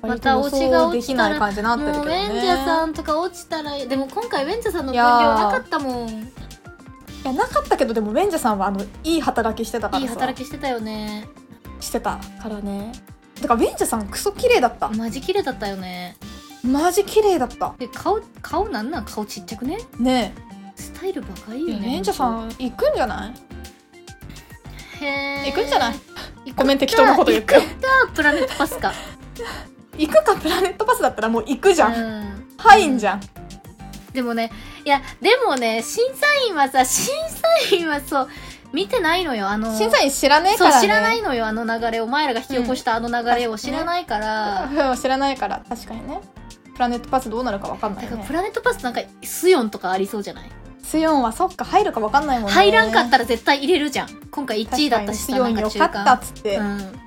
[SPEAKER 2] また
[SPEAKER 1] 割と
[SPEAKER 2] 推
[SPEAKER 1] 予
[SPEAKER 2] しが
[SPEAKER 1] 想
[SPEAKER 2] 落
[SPEAKER 1] で
[SPEAKER 2] ち
[SPEAKER 1] き
[SPEAKER 2] た
[SPEAKER 1] な
[SPEAKER 2] ら
[SPEAKER 1] い感じになってるけど
[SPEAKER 2] もうウ
[SPEAKER 1] ね
[SPEAKER 2] ェンジャさんとか落ちたらでも今回ウェンジャさんの分量なかったもんい
[SPEAKER 1] いやなかったけどでもウェンジャさんはあのいい働きしてたからさ
[SPEAKER 2] い働きしてたよね
[SPEAKER 1] してたからねてかウェンジャさんクソ綺麗だった
[SPEAKER 2] マジ綺麗だったよね
[SPEAKER 1] マジ綺麗だった
[SPEAKER 2] で顔顔なんなん顔ちっちゃくね
[SPEAKER 1] ね
[SPEAKER 2] スタイルバカいい
[SPEAKER 1] え
[SPEAKER 2] よ
[SPEAKER 1] ウ
[SPEAKER 2] ね
[SPEAKER 1] ェンジャさん行くんじゃない
[SPEAKER 2] へ
[SPEAKER 1] 行
[SPEAKER 2] え
[SPEAKER 1] くんじゃない
[SPEAKER 2] い
[SPEAKER 1] ごめん適当なこと言って
[SPEAKER 2] プラネットパスか
[SPEAKER 1] 行くかプラネットパスだったらもう行 くじゃん、
[SPEAKER 2] うん
[SPEAKER 1] 入んじゃん
[SPEAKER 2] でもねいやでもね審査員はさ審査員はそう見てないのよあの
[SPEAKER 1] 審査員知らねえか
[SPEAKER 2] そう
[SPEAKER 1] ら、ね、
[SPEAKER 2] 知らないのよあの流れをお前らが引き起こしたあの流れを知らないから、
[SPEAKER 1] うん知らないから確かにねプラネットパスどうなるかわかんないよ
[SPEAKER 2] だから
[SPEAKER 1] ね
[SPEAKER 2] プラネットパスなんかスヨンとかありそうじゃない
[SPEAKER 1] スヨンはそっか入るかわかんないもんね
[SPEAKER 2] 入らんかったら絶対入れるじゃん今回1位だったし
[SPEAKER 1] ス
[SPEAKER 2] さ
[SPEAKER 1] ヨン
[SPEAKER 2] なん
[SPEAKER 1] よ
[SPEAKER 2] 中
[SPEAKER 1] か
[SPEAKER 2] 間
[SPEAKER 1] ったっつって、
[SPEAKER 2] うん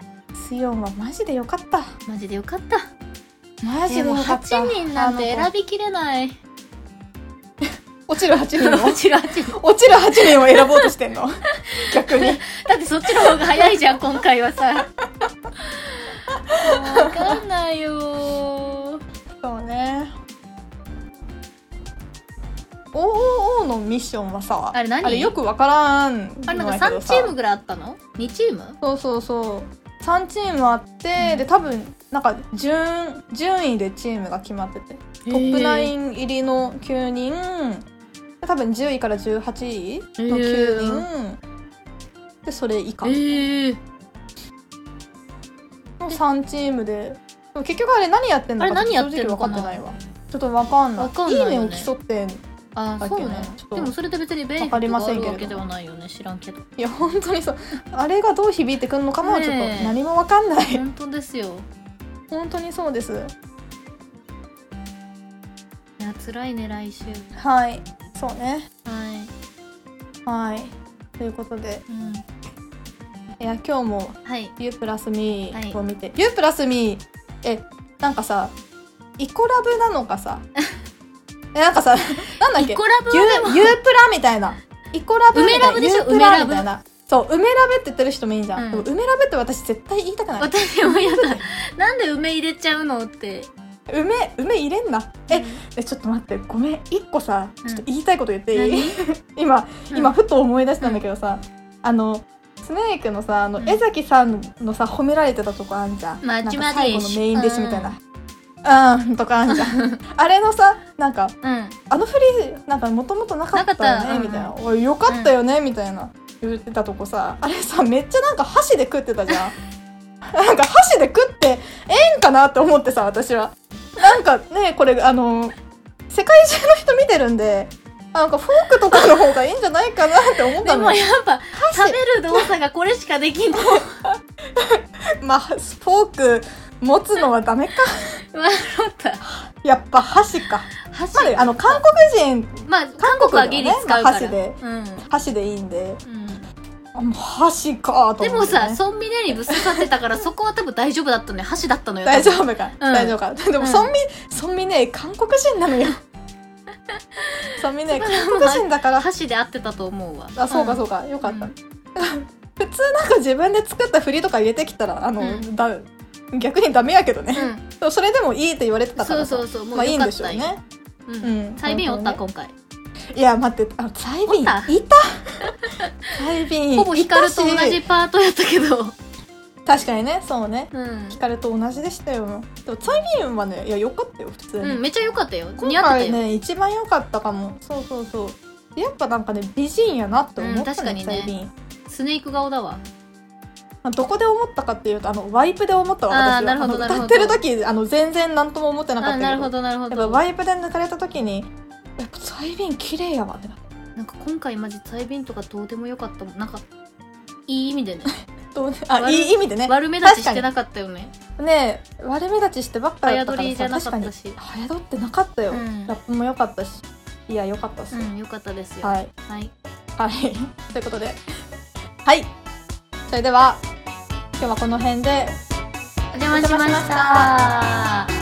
[SPEAKER 1] スヨンはマジでよかった
[SPEAKER 2] マジでよかった
[SPEAKER 1] マジで
[SPEAKER 2] で
[SPEAKER 1] よ
[SPEAKER 2] も
[SPEAKER 1] かっ
[SPEAKER 2] 8
[SPEAKER 1] た
[SPEAKER 2] 人なんて
[SPEAKER 1] あの
[SPEAKER 2] 選びきれない
[SPEAKER 1] 子落ちる8人 を
[SPEAKER 2] うちら8人
[SPEAKER 1] 落ちる8人を選ぼうとしてん の逆に
[SPEAKER 2] だってそっちの方が早いじゃん今回はさ分かんないよ
[SPEAKER 1] そうね OOO のミッションはさ
[SPEAKER 2] あれ何
[SPEAKER 1] よくわからん
[SPEAKER 2] あれ
[SPEAKER 1] の
[SPEAKER 2] なん
[SPEAKER 1] や
[SPEAKER 2] か
[SPEAKER 1] けど
[SPEAKER 2] 3
[SPEAKER 1] さ
[SPEAKER 2] チームぐらいあったの ?2 チーム
[SPEAKER 1] そうそうそう3チームあって、
[SPEAKER 2] うん
[SPEAKER 1] で多分なんか順順位でチームが決まっててトップ9入りの9人で多分10位から18位の9人、でそれ以下の
[SPEAKER 2] えー、
[SPEAKER 1] 3チームででも結局あれ何やってんの
[SPEAKER 2] あれ
[SPEAKER 1] か
[SPEAKER 2] 何やって
[SPEAKER 1] 正
[SPEAKER 2] ん
[SPEAKER 1] 直
[SPEAKER 2] の
[SPEAKER 1] 分か
[SPEAKER 2] かな
[SPEAKER 1] ってないわちょっと分かんない
[SPEAKER 2] わかんないよね
[SPEAKER 1] いねを競ってん
[SPEAKER 2] あ
[SPEAKER 1] だっ
[SPEAKER 2] そう
[SPEAKER 1] け
[SPEAKER 2] ね
[SPEAKER 1] ねちょっと
[SPEAKER 2] でもそれで別にベネフィットがあるわけではないよね知らんけど
[SPEAKER 1] いや本当にそうあれがどう響いてくるのかも
[SPEAKER 2] ねえ
[SPEAKER 1] ちょっと何も分かんない、
[SPEAKER 2] 本当ですよ
[SPEAKER 1] 本当にそうです
[SPEAKER 2] いや辛いね来週
[SPEAKER 1] はいそうね
[SPEAKER 2] はい、
[SPEAKER 1] はいということで
[SPEAKER 2] うん、
[SPEAKER 1] いや今日も
[SPEAKER 2] はい
[SPEAKER 1] 「ユープラスミ
[SPEAKER 2] はい
[SPEAKER 1] ーを見て「ユープラスミーえなんかさイコラブなのか さえなんかさなんだっけ
[SPEAKER 2] イコラブ
[SPEAKER 1] ユ
[SPEAKER 2] はでも
[SPEAKER 1] ーユープラみたいなイコラブみたいな
[SPEAKER 2] 梅ラブでしょ
[SPEAKER 1] ユープラ
[SPEAKER 2] 梅ラブ
[SPEAKER 1] みたいなそう梅ラブって言ってる人もいいんじゃん、
[SPEAKER 2] うん
[SPEAKER 1] でも梅ラブって私絶対言いたくない
[SPEAKER 2] 私もやだなんで梅入れちゃうのって
[SPEAKER 1] 梅梅入れんなえ,、えちょっと待ってごめん一個さちょっと言いたいこと言っていい、
[SPEAKER 2] 何
[SPEAKER 1] 今今
[SPEAKER 2] うん
[SPEAKER 1] ふと思い出したんだけどさ、あのスネークのさあの、
[SPEAKER 2] うん
[SPEAKER 1] 江崎さんのさ褒められてたとこあんじゃん
[SPEAKER 2] まあ
[SPEAKER 1] なん
[SPEAKER 2] ち
[SPEAKER 1] か
[SPEAKER 2] ま
[SPEAKER 1] 最
[SPEAKER 2] で
[SPEAKER 1] 後
[SPEAKER 2] し
[SPEAKER 1] のメインディッシュみたいなうん、とかあんじゃ んあれのさなんか
[SPEAKER 2] うん
[SPEAKER 1] あの振りなんかもともとなかった
[SPEAKER 2] なか
[SPEAKER 1] よね
[SPEAKER 2] ったうん
[SPEAKER 1] みたいな「おいよかったよね」みたいな言ってたとこさあれさめっちゃなんか箸で食ってたじゃん なんか箸で食ってええんかなって思ってさ私はなんかねこれあの世界中の人見てるんでなんかフォークとかの方がいいんじゃないかなって思った
[SPEAKER 2] でも
[SPEAKER 1] の
[SPEAKER 2] やっぱ
[SPEAKER 1] 箸
[SPEAKER 2] 食べる動作がこれしかで きんの
[SPEAKER 1] まあフォーク持つのはダメか
[SPEAKER 2] 笑った
[SPEAKER 1] やっぱ箸か、
[SPEAKER 2] 箸
[SPEAKER 1] まあ、あの韓国人
[SPEAKER 2] まあ韓国はギリ使うから、
[SPEAKER 1] まあ箸で
[SPEAKER 2] うん
[SPEAKER 1] 箸でいいんで
[SPEAKER 2] うん
[SPEAKER 1] あもう箸かと思って、ね、
[SPEAKER 2] でもさ、ソンビネにぶっ刺さってたから、そこは多分大丈夫だっ たのよ。箸だったのよ。
[SPEAKER 1] 大丈
[SPEAKER 2] 夫。
[SPEAKER 1] 夫か、大丈夫かでも、
[SPEAKER 2] うん
[SPEAKER 1] ソンビソンビね韓国人なの よソンビね韓国人だから
[SPEAKER 2] 箸で合ってたと思うわ。
[SPEAKER 1] あそうかそううか、よかった、
[SPEAKER 2] うん
[SPEAKER 1] 普通なんか自分で作った振りとか入れてきたらあの、
[SPEAKER 2] うん
[SPEAKER 1] だ逆にダメやけどね、
[SPEAKER 2] ん。
[SPEAKER 1] でもそれでもいいって言われて
[SPEAKER 2] うん。
[SPEAKER 1] たか
[SPEAKER 2] そう
[SPEAKER 1] らさ
[SPEAKER 2] そうそう。も
[SPEAKER 1] まあ
[SPEAKER 2] う
[SPEAKER 1] いいん
[SPEAKER 2] よか
[SPEAKER 1] で
[SPEAKER 2] っ
[SPEAKER 1] しょ
[SPEAKER 2] た
[SPEAKER 1] う
[SPEAKER 2] よ。
[SPEAKER 1] ね
[SPEAKER 2] う。
[SPEAKER 1] うんん
[SPEAKER 2] サイビンおった、
[SPEAKER 1] 本
[SPEAKER 2] 今回。
[SPEAKER 1] 当にねいや待ってあサイビン
[SPEAKER 2] お
[SPEAKER 1] い
[SPEAKER 2] った
[SPEAKER 1] たサイビン
[SPEAKER 2] ほぼヒカルと同
[SPEAKER 1] いたし
[SPEAKER 2] じパートやったけど。
[SPEAKER 1] 確かにねそうね
[SPEAKER 2] うん
[SPEAKER 1] ヒ。カルと同じでしたよでもサイビンはねいやよかったよ普通に、
[SPEAKER 2] うん、めっちゃ良かったよ。似
[SPEAKER 1] 今
[SPEAKER 2] 合って
[SPEAKER 1] 回
[SPEAKER 2] たよ。
[SPEAKER 1] ね一番良かったかもそうそうそうやっぱなんかね美人やなって思った、ね
[SPEAKER 2] うん確かにね
[SPEAKER 1] 最近
[SPEAKER 2] スネーク顔だわ。
[SPEAKER 1] まあどこで思ったかっていうとあのワイプで思ったわ私は
[SPEAKER 2] あーなるほど
[SPEAKER 1] あの
[SPEAKER 2] なるほ
[SPEAKER 1] 歌
[SPEAKER 2] ど
[SPEAKER 1] ってる時あの全然何とも思ってなかっ
[SPEAKER 2] あ、
[SPEAKER 1] たけど
[SPEAKER 2] なるほど、なるほ
[SPEAKER 1] やっぱ
[SPEAKER 2] ど。
[SPEAKER 1] ワイプで抜かれた時にやっぱササイビン綺麗やわってなって
[SPEAKER 2] なんか今回マジサイビンとかどうでもよかったもんなんかいい意味 でね
[SPEAKER 1] どうねあ
[SPEAKER 2] 悪
[SPEAKER 1] いい意味でね
[SPEAKER 2] 悪目立ちしてなかったよね
[SPEAKER 1] ねえ悪目立ちしてばっかだったからさ
[SPEAKER 2] 早撮りじゃなかった
[SPEAKER 1] 確かに
[SPEAKER 2] し
[SPEAKER 1] 早撮ってなかったよ、
[SPEAKER 2] うん
[SPEAKER 1] ラップも良かったしいや良かったっす
[SPEAKER 2] う
[SPEAKER 1] よ、
[SPEAKER 2] んよかったですよ
[SPEAKER 1] はい
[SPEAKER 2] はい、
[SPEAKER 1] はい ということではいそれでは今日はこの辺で
[SPEAKER 2] お邪魔し
[SPEAKER 1] お邪
[SPEAKER 2] ま
[SPEAKER 1] 魔しまし
[SPEAKER 2] し
[SPEAKER 1] た